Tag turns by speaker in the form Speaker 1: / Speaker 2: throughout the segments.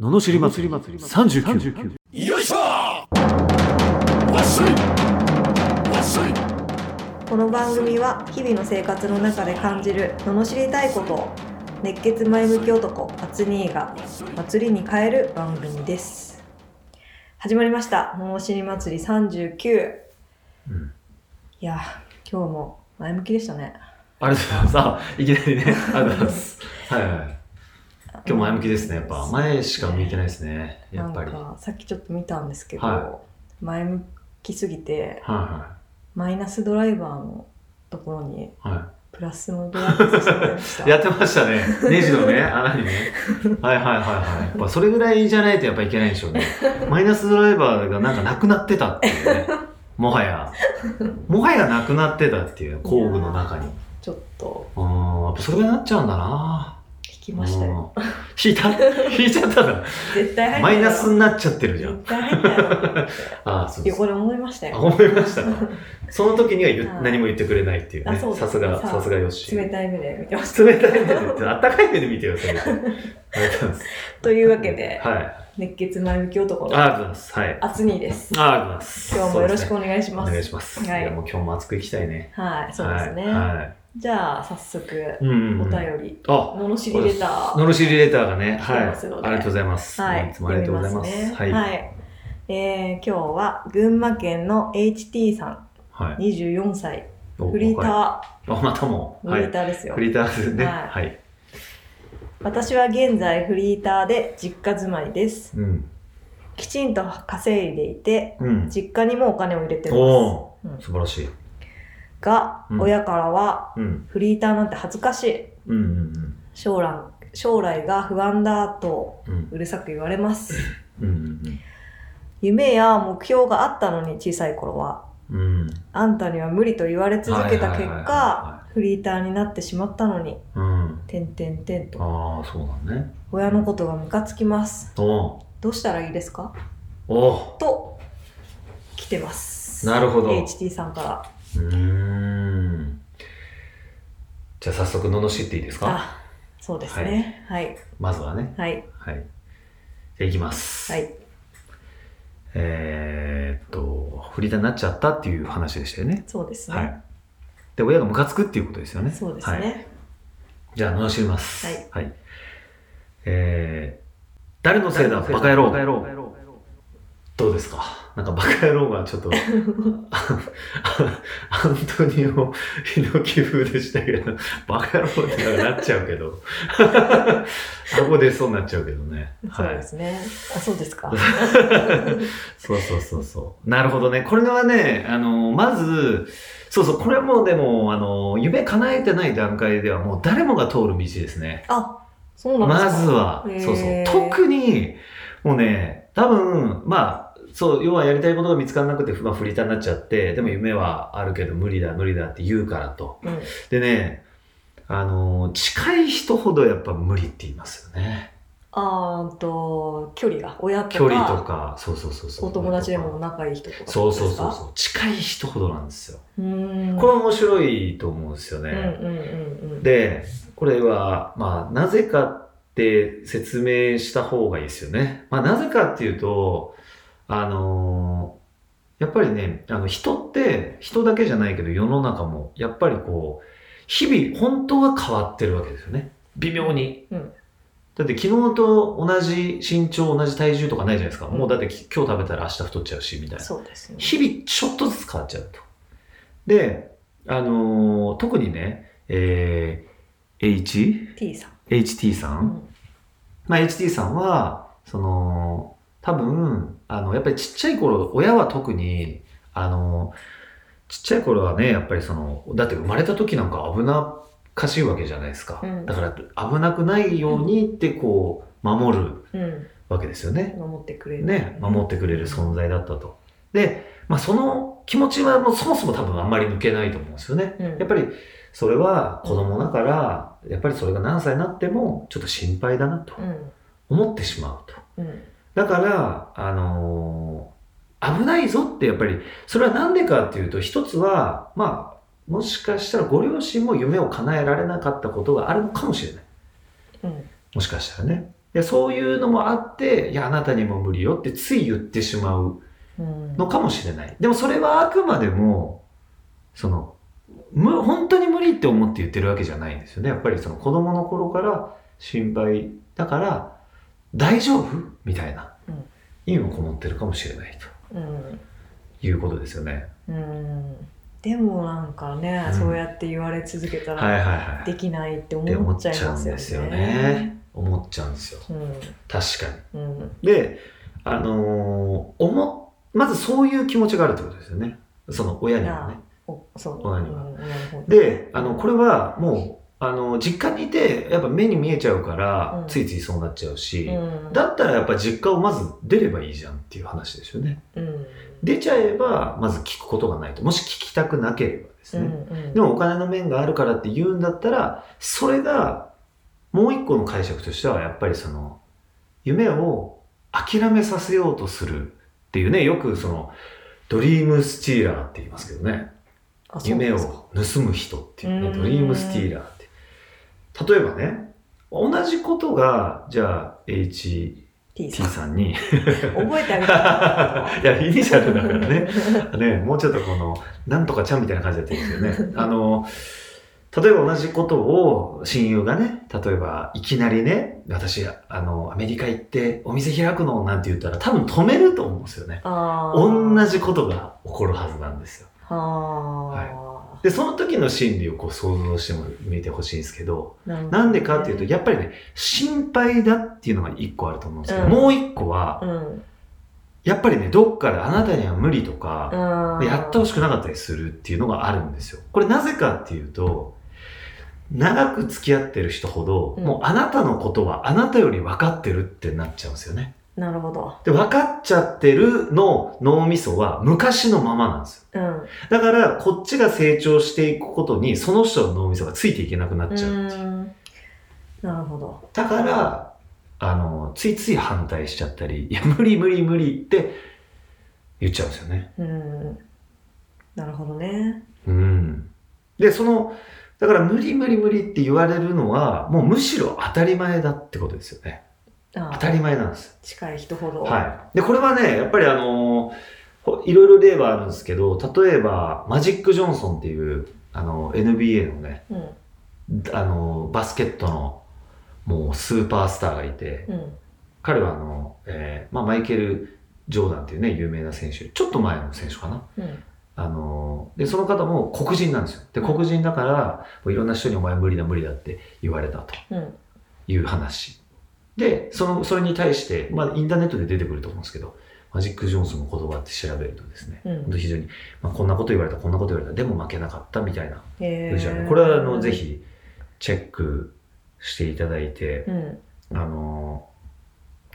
Speaker 1: ののしり祭り39
Speaker 2: よいしょわっしょいわっしょい
Speaker 3: この番組は日々の生活の中で感じる罵りたいことを熱血前向き男アツニーが祭りに変える番組です始まりました罵り祭り39、
Speaker 1: うん
Speaker 3: いや今日も前向きでしたね
Speaker 1: ありがとうございますあいきな りねありがとうございますはいはい今日前向きですねやっぱ前しか向いてないですねやっぱり
Speaker 3: なん
Speaker 1: はい
Speaker 3: かさっきちょっと見たんですけど、
Speaker 1: は
Speaker 3: 前向きすぎて
Speaker 1: は
Speaker 3: マイナスドライバーのところに
Speaker 1: いは
Speaker 3: プラスのドライバーさせてもらいまし た
Speaker 1: いやってましたねネジのね 穴にねはいはいはいはいやっぱそれぐらいじゃないとやっぱいけないんでしょうねマイナスドライバーがなんかなくなってたっていう ねもはやもはやなくなってたっていう工具の中に
Speaker 3: ちょっと
Speaker 1: うんやっぱそれがなっちゃうんだな
Speaker 3: 引きましたよ
Speaker 1: うん引いた引いちゃった な。
Speaker 3: 絶対入んな
Speaker 1: マ
Speaker 3: い
Speaker 1: イナスになっちゃってるじゃん。
Speaker 3: 絶対入んないよ
Speaker 1: ああ、そうです
Speaker 3: 横。で思いまし た
Speaker 1: あ
Speaker 3: よ。
Speaker 1: 思いま したか。その時には言う
Speaker 3: はい
Speaker 1: 何も言ってくれないっていうね。
Speaker 3: あそうです
Speaker 1: さすが、
Speaker 3: さあ
Speaker 1: さすがよし。
Speaker 3: 冷たい目で見てまし
Speaker 1: 冷たい目で見て、あったかい目で見てよ、それ。ありがとうございます。
Speaker 3: た。 というわけで、
Speaker 1: はい。あ
Speaker 3: 熱血前向き男
Speaker 1: りが
Speaker 3: の
Speaker 1: とうございます。はい。
Speaker 3: あつにです。
Speaker 1: ありがとうございます。
Speaker 3: 今日もよろしく
Speaker 1: そう
Speaker 3: お願いしま
Speaker 1: ですねお
Speaker 3: す。
Speaker 1: 願いします。
Speaker 3: はい
Speaker 1: いや、もう今日も熱くいきたいね。
Speaker 3: はい、そうですね。
Speaker 1: はいは
Speaker 3: じゃあ、早速、
Speaker 1: い。うんうん
Speaker 3: お
Speaker 1: うん。
Speaker 3: 便り、
Speaker 1: あ、
Speaker 3: ののしりレター。
Speaker 1: のろしりレターがね、はい。
Speaker 3: 来て
Speaker 1: あ
Speaker 3: ます
Speaker 1: り
Speaker 3: の
Speaker 1: が
Speaker 3: で
Speaker 1: とうございます。
Speaker 3: はい、
Speaker 1: いつもありがとうございます。
Speaker 3: 読みますね。はい。えー今日は群馬県の HT さん、
Speaker 1: はい。
Speaker 3: 24歳、
Speaker 1: お
Speaker 3: フリータ
Speaker 1: はい
Speaker 3: ー、
Speaker 1: あ、またも。
Speaker 3: フリーターですよ
Speaker 1: フ。リーターですね。
Speaker 3: はい
Speaker 1: はい。
Speaker 3: 私は現在フリーターで実家住まいです。
Speaker 1: うん。
Speaker 3: きちんと稼いでいて、
Speaker 1: うん。
Speaker 3: 実家にもお金を入れてます。
Speaker 1: お
Speaker 3: う
Speaker 1: お
Speaker 3: ん
Speaker 1: 素晴らしい。
Speaker 3: が、
Speaker 1: うん
Speaker 3: 親からは
Speaker 1: うん。
Speaker 3: フリーターなんて恥ずかしい
Speaker 1: うんうん
Speaker 3: 将来将来が不安だと
Speaker 1: うん。うん
Speaker 3: うるさく言われます
Speaker 1: うん
Speaker 3: 夢や目標があったのに小さい頃は
Speaker 1: うんうん。
Speaker 3: あんたには無理と言われ続けた結
Speaker 1: はいはいはいはい
Speaker 3: 果フリーターになってしまったのに
Speaker 1: うん。うん。
Speaker 3: てんてんてんと
Speaker 1: ああ、そうだね。
Speaker 3: 親のことがムカつきます
Speaker 1: おお
Speaker 3: どうしたらいいですか
Speaker 1: お
Speaker 3: と来てます
Speaker 1: なるほど。う
Speaker 3: HT さんから
Speaker 1: ーん。じゃあ早速、罵っていいですか
Speaker 3: あそうですねはい
Speaker 1: まずはね。
Speaker 3: はい
Speaker 1: はい。じゃあいきます。
Speaker 3: はい
Speaker 1: えーっと、フリーターになっちゃったっていう話でしたよね。
Speaker 3: そうです
Speaker 1: は
Speaker 3: ね
Speaker 1: い。で、親がムカつくっていうことですよね。
Speaker 3: そうです
Speaker 1: はい
Speaker 3: ね
Speaker 1: じゃあ、罵ります。
Speaker 3: はい。
Speaker 1: えー、誰のせいだ、バカ野郎。どうですかなんか、バカ野郎がちょっと、あ あアントニオ猪木風でしたけど、バカ野郎ってなんかなっちゃうけど、顎出そうになっちゃうけどね。
Speaker 3: そう
Speaker 1: は
Speaker 3: で
Speaker 1: い。
Speaker 3: すねあそうで すか
Speaker 1: そうそうそうそう。なるほどね。これはね、あの、まず、そうそう、これはもうでも、あの、夢叶えてない段階ではもう誰もが通る道ですね。
Speaker 3: あそうなんですか
Speaker 1: まずは
Speaker 3: へ、ー
Speaker 1: そうそう。特に、もうね、多分、まあ、そう、要はやりたいことが見つからなくて、まあ、フリーターになっちゃって、でも夢はあるけど、無理だ、無理だって言うからと。
Speaker 3: うん
Speaker 1: でね、あの、近い人ほどやっぱ無理って言いますよね。
Speaker 3: あーんと距離が親とか
Speaker 1: 距離とか、そうそうそうそう。
Speaker 3: お友達でも。仲いい人とか
Speaker 1: そうそうそう
Speaker 3: う
Speaker 1: そう。近い人ほどなんですよ。
Speaker 3: うーん
Speaker 1: これ面白いと思うんですよね。
Speaker 3: うんうんうんうん
Speaker 1: で、これは、まあ、なぜかって説明した方がいいですよね。まあ、なぜかっていうと、あのーやっぱりね、あの、人って、人だけじゃないけど、世の中も、やっぱりこう、日々、本当は変わってるわけですよね。微妙に。
Speaker 3: うん
Speaker 1: だって昨日と同じ身長、同じ体重とかないじゃないですか。
Speaker 3: うん
Speaker 1: もうだってき今日食べたら明日太っちゃうし、みたいな。
Speaker 3: そうですね
Speaker 1: 日々ちょっとずつ変わっちゃうと。で、あのー特にね、えー H?
Speaker 3: T さん、
Speaker 1: HT さ、
Speaker 3: うんん
Speaker 1: まあ、HT さんは、その、多分、あの、やっぱりちっちゃい頃、親は特に、あの、ちっちゃい頃はね、やっぱりその、だって生まれた時なんか危なっかしいわけじゃないですか。
Speaker 3: うん
Speaker 1: だから危なくないようにってこう、守る
Speaker 3: うん、
Speaker 1: わけですよね。
Speaker 3: 守ってくれる
Speaker 1: ね、守ってくれる存在だったと。で、まあ、その気持ちはもうそもそも多分あんまり抜けないと思うんですよね。
Speaker 3: うん、
Speaker 1: やっぱりそれは子供だから、やっぱりそれが何歳になってもちょっと心配だなと
Speaker 3: うん
Speaker 1: 思ってしまうと。
Speaker 3: うん
Speaker 1: だから、あのー危ないぞってやっぱり、それはなんでかっていうと、一つは、まあ、もしかしたらご両親も夢を叶えられなかったことがあるのかもしれない。
Speaker 3: うん
Speaker 1: もしかしたらね。でそういうのもあって、いや、あなたにも無理よってつい言ってしまう
Speaker 3: うん
Speaker 1: のかもしれない。でもそれはあくまでも、その、む、本当に無理って思って言ってるわけじゃないんですよね。やっぱりその子供の頃から心配だから、大丈夫みたいな
Speaker 3: うん
Speaker 1: 意味もこもってるかもしれない
Speaker 3: うん
Speaker 1: ということですよね。
Speaker 3: うんでもなんかね、
Speaker 1: うん
Speaker 3: そうやって言われ続けた
Speaker 1: はい
Speaker 3: ら
Speaker 1: はいはい。
Speaker 3: できないって
Speaker 1: って
Speaker 3: 思
Speaker 1: 思
Speaker 3: っ
Speaker 1: っ
Speaker 3: ち
Speaker 1: ち
Speaker 3: ゃい
Speaker 1: ゃ
Speaker 3: ま
Speaker 1: うん
Speaker 3: すよね。
Speaker 1: ですよね。思っちゃうんですよ。確か
Speaker 3: うんうん
Speaker 1: に。で、あのー思っ、まずそういう気持ちがあるってことですよね。その親にはね。
Speaker 3: おそう、
Speaker 1: わかり
Speaker 3: う
Speaker 1: ま
Speaker 3: ん、なるほど
Speaker 1: で、あの、これはもう、あの、実家にいて、やっぱ目に見えちゃうから、
Speaker 3: うん
Speaker 1: ついついそうなっちゃうし、
Speaker 3: うん
Speaker 1: だったらやっぱ実家をまず出ればいいじゃんっていう話ですよね。
Speaker 3: うん
Speaker 1: 出ちゃえば、まず聞くことがないと。もし聞きたくなければですね。
Speaker 3: うんうん
Speaker 1: でもお金の面があるからって言うんだったら、それがもう一個の解釈としては、やっぱりその、夢を諦めさせようとするっていうね、よくその、ドリームスチーラーって言いますけどね。
Speaker 3: あそう
Speaker 1: 夢
Speaker 3: で
Speaker 1: を
Speaker 3: すか
Speaker 1: 盗む人っていう
Speaker 3: う
Speaker 1: ね、
Speaker 3: ん
Speaker 1: ドリームスティーラーって。例えばね、同じことが、じゃあ、HT
Speaker 3: T さん
Speaker 1: さんに、い
Speaker 3: 覚えてあ げた
Speaker 1: や、イニシャルだからね、
Speaker 3: ね。
Speaker 1: ね、もうちょっとこの、なんとかちゃんみたいな感じだったんですよ ね。あの、例えば同じことを親友がね、例えばいきなりね、私、あの、アメリカ行ってお店開くのなんて言ったら多分止めると思うんですよね。
Speaker 3: あー
Speaker 1: 同じことが起こるはずなんですよ。
Speaker 3: あー、
Speaker 1: で、その時の心理をこう想像してもみてほしいんですけど、
Speaker 3: なるほどね
Speaker 1: なんでかっていうと、やっぱりね、心配だっていうのが一個あると思うんですけど、
Speaker 3: うん
Speaker 1: もう一個は、
Speaker 3: うん
Speaker 1: やっぱりね、どっかであなたには無理とか、
Speaker 3: あー
Speaker 1: やってほしくなかったりするっていうのがあるんですよ。これなぜかっていうと、長く付き合ってる人ほど、
Speaker 3: うん
Speaker 1: もうあなたのことはあなたより分かってるってなっちゃうんですよね。
Speaker 3: なるほど。
Speaker 1: で、分かっちゃってるの脳みそは昔のままなんですよ。
Speaker 3: うん。
Speaker 1: だから、こっちが成長していくことに、その人の脳みそがついていけなくなっちゃうっていう。
Speaker 3: うんなるほど。
Speaker 1: だから、あの、ついつい反対しちゃったり、いや、無理無理無理って言っちゃうんですよね。
Speaker 3: うん。なるほどね。
Speaker 1: うん。で、その、だから無理無理無理って言われるのは、もうむしろ当たり前だってことですよね。
Speaker 3: あ
Speaker 1: 当
Speaker 3: ー
Speaker 1: たり前なんです。
Speaker 3: 近い人ほど。
Speaker 1: はい。で、これはね、やっぱりあの、ほいろいろ例はあるんですけど、例えば、マジック・ジョンソンっていう、あの、NBA のね、
Speaker 3: うん。
Speaker 1: あの、バスケットの、もうスーパースターがいて、
Speaker 3: うん。
Speaker 1: 彼はあの、えーまあ、マイケル・ジョーダンっていうね、有名な選手、ちょっと前の選手かな。
Speaker 3: うん。
Speaker 1: あのーで、その方も黒人なんですよ。で、黒人だから、もういろんな人にお前無理だ無理だって言われたと
Speaker 3: うん。
Speaker 1: いう話。で、その、それに対して、まあ、インターネットで出てくると思うんですけど、マジック・ジョンソンの言葉って調べるとですね、
Speaker 3: うん
Speaker 1: 本当非常に、まあ、こんなこと言われた、こんなこと言われた、でも負けなかったみたいな、
Speaker 3: えー
Speaker 1: これはあの、ぜ。ひ、チェックしていただいて、
Speaker 3: うん。
Speaker 1: あの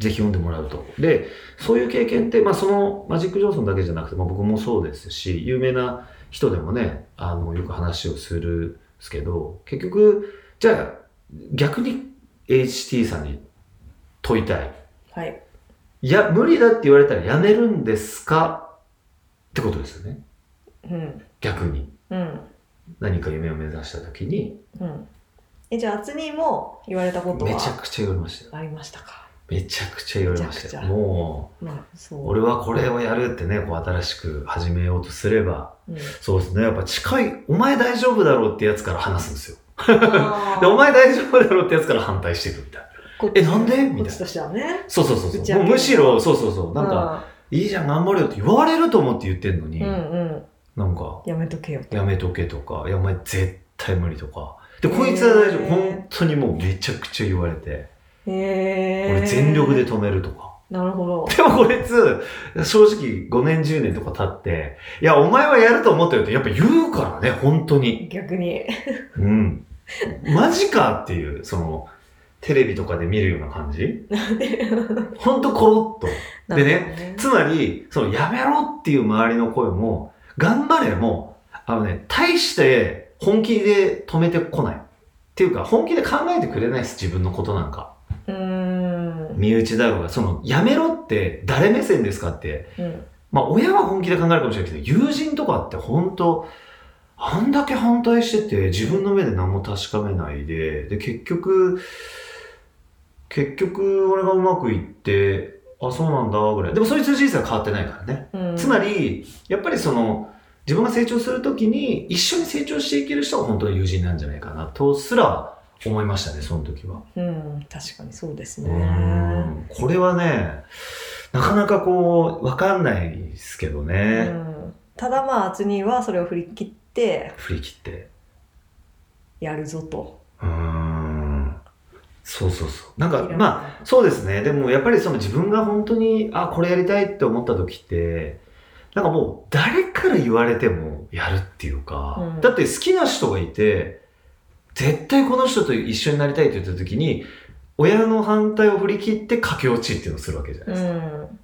Speaker 1: ぜひ読んでもらうと。で、そういう経験って、まあ、そのマジック・ジョンソンだけじゃなくて、まあ、僕もそうですし、有名な人でもね、あの、よく話をするんですけど、結局、じゃあ、逆に HT さんに問いたい。
Speaker 3: はい。
Speaker 1: いや、無理だって言われたらやめるんですかってことですよね。
Speaker 3: うん。
Speaker 1: 逆に。
Speaker 3: うん。
Speaker 1: 何か夢を目指した時に、
Speaker 3: うん。え、じゃあ、厚にも言われたこと
Speaker 1: めちゃ
Speaker 3: は
Speaker 1: くちゃ言われましたよ。
Speaker 3: ありましたか。
Speaker 1: めちゃくちゃ言われましたよ。
Speaker 3: めちゃくちゃ
Speaker 1: もう、
Speaker 3: まあ、そう。
Speaker 1: 俺はこれをやるってね、こう新しく始めようとすれば、
Speaker 3: うん。
Speaker 1: そう ですね、やっぱ近い、お前大丈夫だろうってやつから話すんですよ。
Speaker 3: あ
Speaker 1: で、
Speaker 3: ー
Speaker 1: お前大丈夫だろうってやつから反対していくみたいな。
Speaker 3: こっち
Speaker 1: えなんでみたいな
Speaker 3: こっちとしてはね。
Speaker 1: そうそうそう
Speaker 3: ぶ
Speaker 1: そ
Speaker 3: ち上
Speaker 1: う。
Speaker 3: げ
Speaker 1: もうむしろ、そうそうそう。なんか、
Speaker 3: か、
Speaker 1: いいじゃん、頑張れよって言われると思って言ってんのに、
Speaker 3: うんうん。
Speaker 1: なんか、
Speaker 3: やめとけよと。
Speaker 1: やめとけとか、いや、お前絶対無理とか。で、こいつは大丈夫。
Speaker 3: へー
Speaker 1: 本当にもうめちゃくちゃ言われて、
Speaker 3: へー
Speaker 1: 俺全力で止めるとか。
Speaker 3: なるほど。
Speaker 1: でもこいつ、正直5年10年とか経って、いや、お前はやると思ったよってやっぱ言うからね、本当に。
Speaker 3: 逆に。
Speaker 1: うん。マジかっていう、その、テレビとかで見るような感じほんとコロッ
Speaker 3: な
Speaker 1: と。
Speaker 3: る
Speaker 1: で
Speaker 3: ほど
Speaker 1: ね、つまり、その、やめろっていう周りの声も、頑張れも、あのね、大して本気で止めてこない。っていうか、本気で考えてくれないです、自分のことなんか。
Speaker 3: うーん。
Speaker 1: 身内だろうが、その、やめろって誰目線ですかって、
Speaker 3: うん。
Speaker 1: まあ、親は本気で考えるかもしれないけど、友人とかって本当、あんだけ反対してて、自分の目で何も確かめないで、で、結局、結局俺がうまくいってあそうなんだぐらいでもそいつの人生は変わってないからね、
Speaker 3: うん
Speaker 1: つまりやっぱりその自分が成長するときに一緒に成長していける人が本当に友人なんじゃないかなとすら思いましたねその時は、
Speaker 3: うん、確かにそうです
Speaker 1: う
Speaker 3: ね。
Speaker 1: んこれはねなかなかこう分かんないですけど
Speaker 3: う
Speaker 1: ね、
Speaker 3: ん、ただまあ、アツニーはそれを振り切って
Speaker 1: 振り切って
Speaker 3: やるぞと。
Speaker 1: うーんそうそうそうなんかまあそうですね。でもやっぱりその自分が本当に、あ、これやりたいって思った時って、なんかもう誰から言われてもやるっていうか、
Speaker 3: うん
Speaker 1: だって好きな人がいて、絶対この人と一緒になりたいって言った時に、親の反対を振り切って駆け落ちっていうのをするわけじゃないで
Speaker 3: う
Speaker 1: すか。
Speaker 3: ん、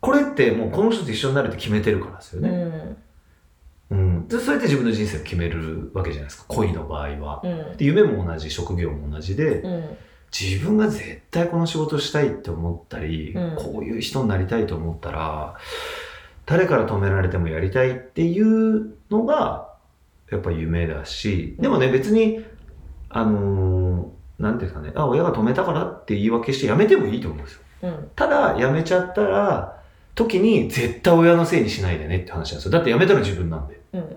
Speaker 1: これってもうこの人と一緒になるって決めてるからですよ
Speaker 3: う
Speaker 1: ね。
Speaker 3: ん、
Speaker 1: うん。でそうやって自分の人生を決めるわけじゃないですか。恋の場合は。
Speaker 3: うん、
Speaker 1: で夢も同じ、職業も同じで、
Speaker 3: うん、
Speaker 1: 自分が絶対この仕事したいって思ったり、
Speaker 3: うん
Speaker 1: こういう人になりたいと思ったら誰から止められてもやりたいっていうのがやっぱ夢だしでもね別にあのーなんていうんですかねあ親が止めたからって言い訳してやめてもいいと思うんですよ
Speaker 3: うん、
Speaker 1: ただやめちゃったら時に絶対親のせいにしないでねって話なんですよだってやめたら自分なんで
Speaker 3: うん、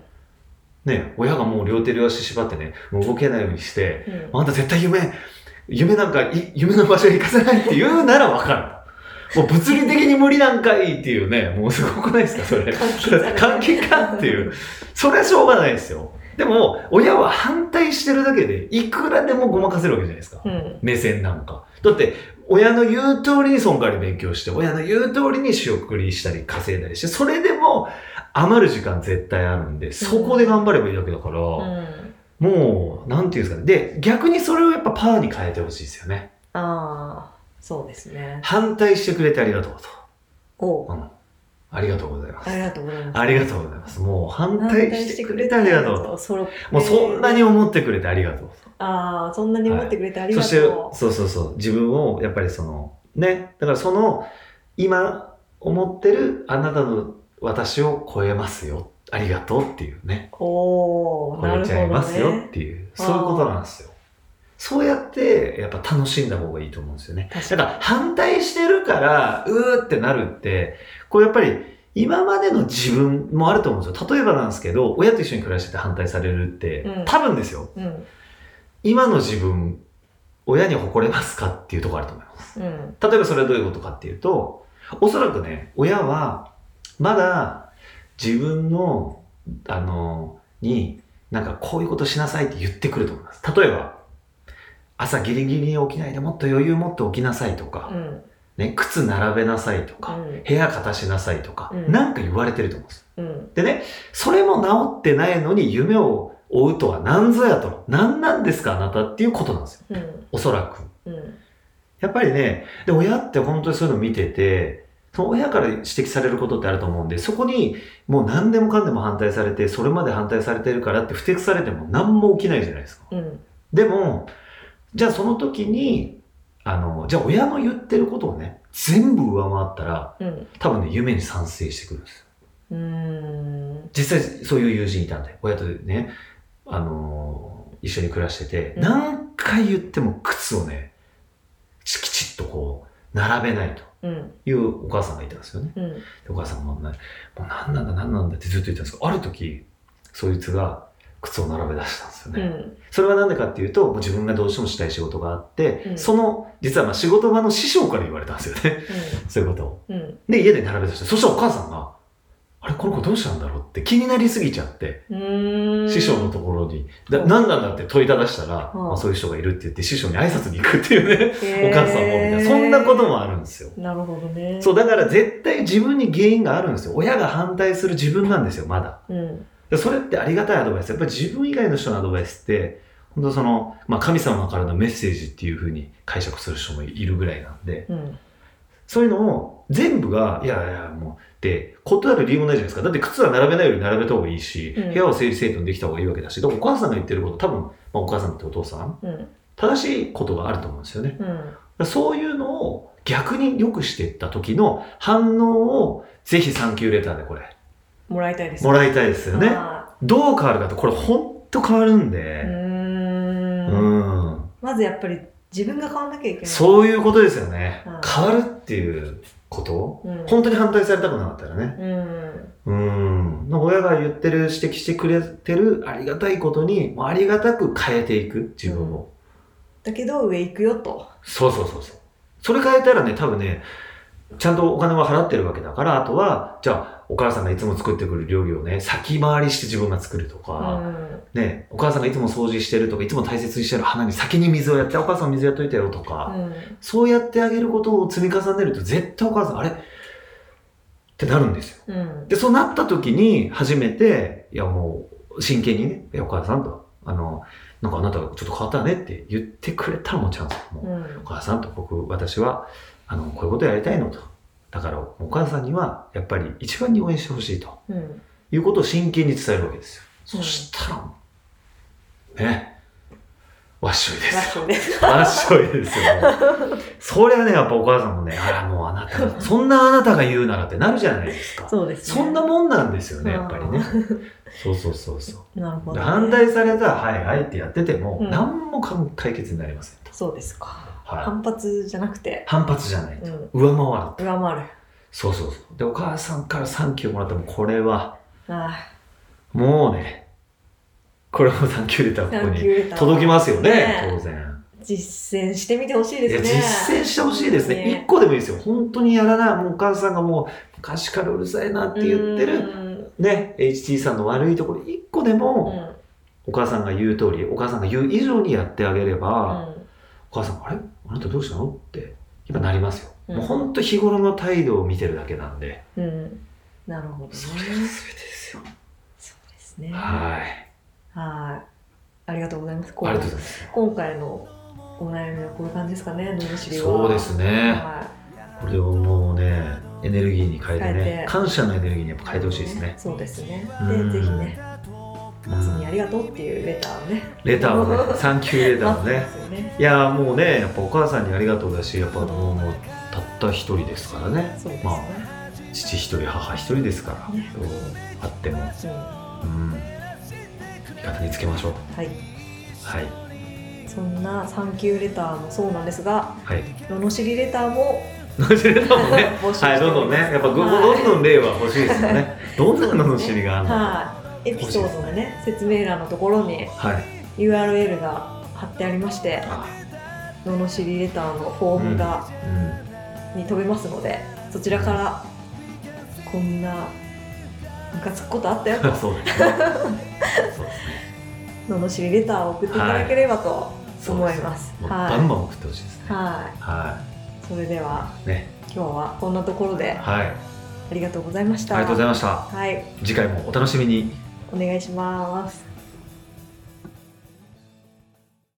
Speaker 1: ね親がもう両手両足縛ってねもう動けないようにして
Speaker 3: うん、
Speaker 1: あんた絶対夢、夢なんかい、夢の場所へ行かせないって言うならわかる。もう物理的に無理なんかいっていうね、もうすごくないですか、それ。関係かっていう。それはしょうがないですよ。でも、親は反対してるだけで、いくらでもごまかせるわけじゃないですか。
Speaker 3: うん、
Speaker 1: 目線なんか。だって、親の言う通りにそんがり勉強して、親の言う通りに仕送りしたり稼いだりして、それでも余る時間絶対あるんで、そこで頑張ればいいだけだから、
Speaker 3: うん、
Speaker 1: もう、なんていうんですかね。で、逆にそれをやっぱパーに変えてほしいですよね。
Speaker 3: ああ、そうですね。
Speaker 1: 反対してくれてありがとうと。
Speaker 3: おう
Speaker 1: うんありがとうございま
Speaker 3: あ
Speaker 1: す。
Speaker 3: りがとうございます。
Speaker 1: ありがとうございます。もう反
Speaker 3: 反
Speaker 1: 対
Speaker 3: 対し
Speaker 1: してて
Speaker 3: く
Speaker 1: くれ
Speaker 3: れて
Speaker 1: てありがとう。
Speaker 3: う。そろ
Speaker 1: もうそんなに思ってくれてありがとうと。
Speaker 3: ああ、そんなに思ってくれてあり
Speaker 1: そ
Speaker 3: が
Speaker 1: して
Speaker 3: と、
Speaker 1: そうそうそう。自分を、やっぱりその、ね。だからその、今思ってるあなたの私を超えますよ。ありがとうっていうね。
Speaker 3: う。おお、
Speaker 1: 超
Speaker 3: な
Speaker 1: え
Speaker 3: る
Speaker 1: ちゃい
Speaker 3: ほ
Speaker 1: ま
Speaker 3: ど
Speaker 1: すよ
Speaker 3: ね
Speaker 1: っ。ていう、そういうことなんですよ。そうやって、やっぱ楽しんだ方がいいと思うんですよね。
Speaker 3: 確
Speaker 1: なんか反対してるから、うーってなるって、こうやっぱり今までの自分もあると思うんですよ。例えばなんですけど、親と一緒に暮らしてて反対されるって、
Speaker 3: うん
Speaker 1: 多分ですよ。
Speaker 3: うん、
Speaker 1: 今の自分、親に誇れますかっていうところあると思います。
Speaker 3: うん、
Speaker 1: 例えばそれはどういうことかっていうと、おそらくね、親はまだ自分の、あの、に、なんかこういうことしなさいって言ってくると思います。例えば、朝ギリギリに起きないでもっと余裕持って起きなさいとか、
Speaker 3: うん、
Speaker 1: ね、靴並べなさいとか、
Speaker 3: うん
Speaker 1: 部屋片しなさいとか、
Speaker 3: うん
Speaker 1: なんか言われてると思うんです。
Speaker 3: うん、
Speaker 1: でね、それも治ってないのに夢を追うとは何ぞやと。何なんですかあなたっていうことなんですよ。
Speaker 3: うん、
Speaker 1: おそらく。
Speaker 3: うん、
Speaker 1: やっぱりね、で、親って本当にそういうの見てて、その親から指摘されることってあると思うんで、そこにもう何でもかんでも反対されて、それまで反対されてるからって不適されても何も起きないじゃないですか。
Speaker 3: うん、
Speaker 1: でも、じゃあその時に、あの、じゃあ親の言ってることをね、全部上回ったら、
Speaker 3: うん、
Speaker 1: 多分ね、夢に賛成してくるんですよ。
Speaker 3: うーん、
Speaker 1: 実際そういう友人いたんで、親とね、あのー一緒に暮らしてて、
Speaker 3: うん
Speaker 1: 何回言っても靴をね、チキチッとこう、並べないと
Speaker 3: うん、
Speaker 1: いうお母さんがいたんですよね。
Speaker 3: うん、
Speaker 1: でお母さんもね、もう何なんだ何なんだってずっと言ってたんですけど、ある時、そいつが靴を並べ出したんですよ
Speaker 3: う
Speaker 1: ね。
Speaker 3: ん、
Speaker 1: それは何でかっていうと、もう自分がどうしてもしたい仕事があって、
Speaker 3: うん
Speaker 1: その、実はまあ仕事場の師匠から言われたんですよね。 そういうことを。
Speaker 3: うん、うん、
Speaker 1: で、家で並べ出して、そしたらお母さんが、あれ、この子どうしたんだろうって気になりすぎちゃって、
Speaker 3: うーん
Speaker 1: 師匠のところに、
Speaker 3: う
Speaker 1: だ
Speaker 3: ん
Speaker 1: 何なんだって問いただしたら、
Speaker 3: うん
Speaker 1: まあ、そういう人がいるって言って師匠に挨拶に行くっていうね、お母さんもみたい
Speaker 3: へ
Speaker 1: な、
Speaker 3: ー
Speaker 1: そんなこともあるんですよ。
Speaker 3: なるほどね
Speaker 1: そう、だから絶対自分に原因があるんですよ。親が反対する自分なんですよ、まだ。
Speaker 3: うん
Speaker 1: でそれってありがたいアドバイス。やっぱり自分以外の人のアドバイスって、本当その、まあ神様からのメッセージっていうふうに解釈する人もいるぐらいなんで、
Speaker 3: うん
Speaker 1: そういうのを全部が、いやいや、もう、で、断る理由もないじゃないですか。だって靴は並べないより並べた方がいいし、
Speaker 3: うん
Speaker 1: 部屋を整理整頓できた方がいいわけだし、でもお母さんが言ってること、多分、まあ、お母さんってお父さん、
Speaker 3: うん
Speaker 1: 正しいことがあると思うんですよね。
Speaker 3: うん
Speaker 1: そういうのを逆に良くしていった時の反応をぜひサンキューレターでこれ、
Speaker 3: もらいたいです
Speaker 1: もらいたいですよね。
Speaker 3: あ
Speaker 1: どう変わるかって、これほんと変わるん
Speaker 3: ーう
Speaker 1: で。う
Speaker 3: ーん
Speaker 1: ん。
Speaker 3: まずやっぱり自分が変わんなきゃいけない。
Speaker 1: そういうことですよね
Speaker 3: うん。
Speaker 1: 変わるっていうこと
Speaker 3: うん。
Speaker 1: 本当に反対されたくなかったらね。
Speaker 3: うん。
Speaker 1: うん。親が言ってる、指摘してくれてるありがたいことに、もうありがたく変えていく、自分を。
Speaker 3: だけど、上行くよと。
Speaker 1: そうそうそうそう。それ変えたらね、多分ね、ちゃんとお金は払ってるわけだから、あとは、じゃあ、お母さんがいつも作ってくる料理をね、先回りして自分が作ると
Speaker 3: う
Speaker 1: か、
Speaker 3: ん。
Speaker 1: ね、お母さんがいつも掃除してるとか、いつも大切にしてる花に先に水をやって、お母さん水やっといたよとか、
Speaker 3: うん。
Speaker 1: そうやってあげることを積み重ねると絶対お母さん、あれってなるんですよ。
Speaker 3: うん。
Speaker 1: で、そうなった時に初めて、いやもう真剣にね、いやお母さんと、あの、なんかあなたちょっと変わったねって言ってくれたらもうチャンス。もう
Speaker 3: うん
Speaker 1: お母さんと僕、私は、あの、こういうことやりたいのと。だからお母さんにはやっぱり一番に応援してほしいと
Speaker 3: うん。
Speaker 1: いうことを真剣に伝えるわけですよ。
Speaker 3: うん
Speaker 1: そしたら、ね、わっしょいです
Speaker 3: ラ
Speaker 1: よ
Speaker 3: ッ。シュ
Speaker 1: 真っ白
Speaker 3: です。
Speaker 1: いですよ。もうそりゃね、やっぱお母さんもね、あらもうあなたが、そんなあなたが言うならってなるじゃないですか。
Speaker 3: そうです、ね。
Speaker 1: そんなもんなんですよね、
Speaker 3: あー
Speaker 1: やっぱりね。そうそうそうそ
Speaker 3: なるほ
Speaker 1: う。
Speaker 3: ど、
Speaker 1: 反対されたら、はいはいってやってても、
Speaker 3: うん
Speaker 1: 何もかん解決になりませんと。
Speaker 3: そうですか。
Speaker 1: はい。
Speaker 3: 反発じゃなくて、
Speaker 1: 反発じゃない。
Speaker 3: うん。
Speaker 1: 上回る。
Speaker 3: 上回る。
Speaker 1: そうそうそう。で、お母さんからサンキューもらっても、これは、
Speaker 3: あ
Speaker 1: もうね、これもサンキューレタ
Speaker 3: あ、
Speaker 1: ーここ
Speaker 3: キ
Speaker 1: に
Speaker 3: ューレター
Speaker 1: 届きますよね
Speaker 3: ね、
Speaker 1: 当然。
Speaker 3: 実践してみてほしい
Speaker 1: いや
Speaker 3: ですね。
Speaker 1: 実践してほしいですね。一、個でもいいですよ。本当にやらない。もうお母さんがもう昔からうるさいなって言ってる、
Speaker 3: る。
Speaker 1: ね、HT さんの悪いところ、一個で
Speaker 3: うん。
Speaker 1: も
Speaker 3: う
Speaker 1: お母さんが言う通り、お母さんが言う以上にやってあげれば、
Speaker 3: ん。
Speaker 1: お母さん、あれあなたどうしたのって、やっぱなりますよ。
Speaker 3: うん
Speaker 1: もう本当日頃の態度を見てるだけなんで、
Speaker 3: うん。なるほどね。
Speaker 1: それが全てですよ。
Speaker 3: そうですね。は
Speaker 1: はい。
Speaker 3: い。ありがとうございます。
Speaker 1: ありがとうございます。
Speaker 3: 今回のお悩みはこういう感じですかね、ののしりは。
Speaker 1: そうですね。
Speaker 3: は
Speaker 1: これをもうね、エネルギーに変えて
Speaker 3: 変え
Speaker 1: ね
Speaker 3: て、
Speaker 1: 感謝のエネルギーにやっぱ変えてほしいですね
Speaker 3: い。。そうですね。
Speaker 1: う
Speaker 3: で、
Speaker 1: ん
Speaker 3: ぜひね、夏
Speaker 1: うん
Speaker 3: にありがとうっていうレターをね、
Speaker 1: レターを ね、サンキューレターを
Speaker 3: 待って
Speaker 1: ね
Speaker 3: ま。すよね。
Speaker 1: いやーもうねやっぱお母さんにありがとうだしやっぱもうもうたった一人ですからね
Speaker 3: そうですね。
Speaker 1: ま父一人母一人ですから、
Speaker 3: ね
Speaker 1: そうあっても
Speaker 3: うん
Speaker 1: うん味方につけましょう
Speaker 3: はい。
Speaker 1: はい
Speaker 3: そんなサンキューレターもそうなんですが、
Speaker 1: はい
Speaker 3: ののしりレターも
Speaker 1: のしりだもんね
Speaker 3: 募集しており
Speaker 1: は
Speaker 3: ます
Speaker 1: いどんどんねやっぱど
Speaker 3: はい
Speaker 1: どんどん例は欲しいですよねどんなののしりがあるのか
Speaker 3: はい、エピソードのね説明欄のところに
Speaker 1: はい、
Speaker 3: URL が貼ってありまして
Speaker 1: あ
Speaker 3: 「ののしりレター」のフォームが、
Speaker 1: うん
Speaker 3: に飛べますのでそちらからこんなムカつくことあったよ
Speaker 1: そうですねそうですね
Speaker 3: ののしりレターを送っていただければと
Speaker 1: そう
Speaker 3: 思
Speaker 1: で
Speaker 3: い
Speaker 1: す
Speaker 3: ます。
Speaker 1: もう
Speaker 3: は
Speaker 1: バンバン送ってほしいですね
Speaker 3: い、は、
Speaker 1: はい
Speaker 3: それではい
Speaker 1: ね
Speaker 3: 今日はこんなところであ
Speaker 1: はいあ
Speaker 3: りがとうございまし
Speaker 1: り
Speaker 3: た。
Speaker 1: がとうございました
Speaker 3: はい、
Speaker 1: 次回もお楽しみに
Speaker 3: お願いします。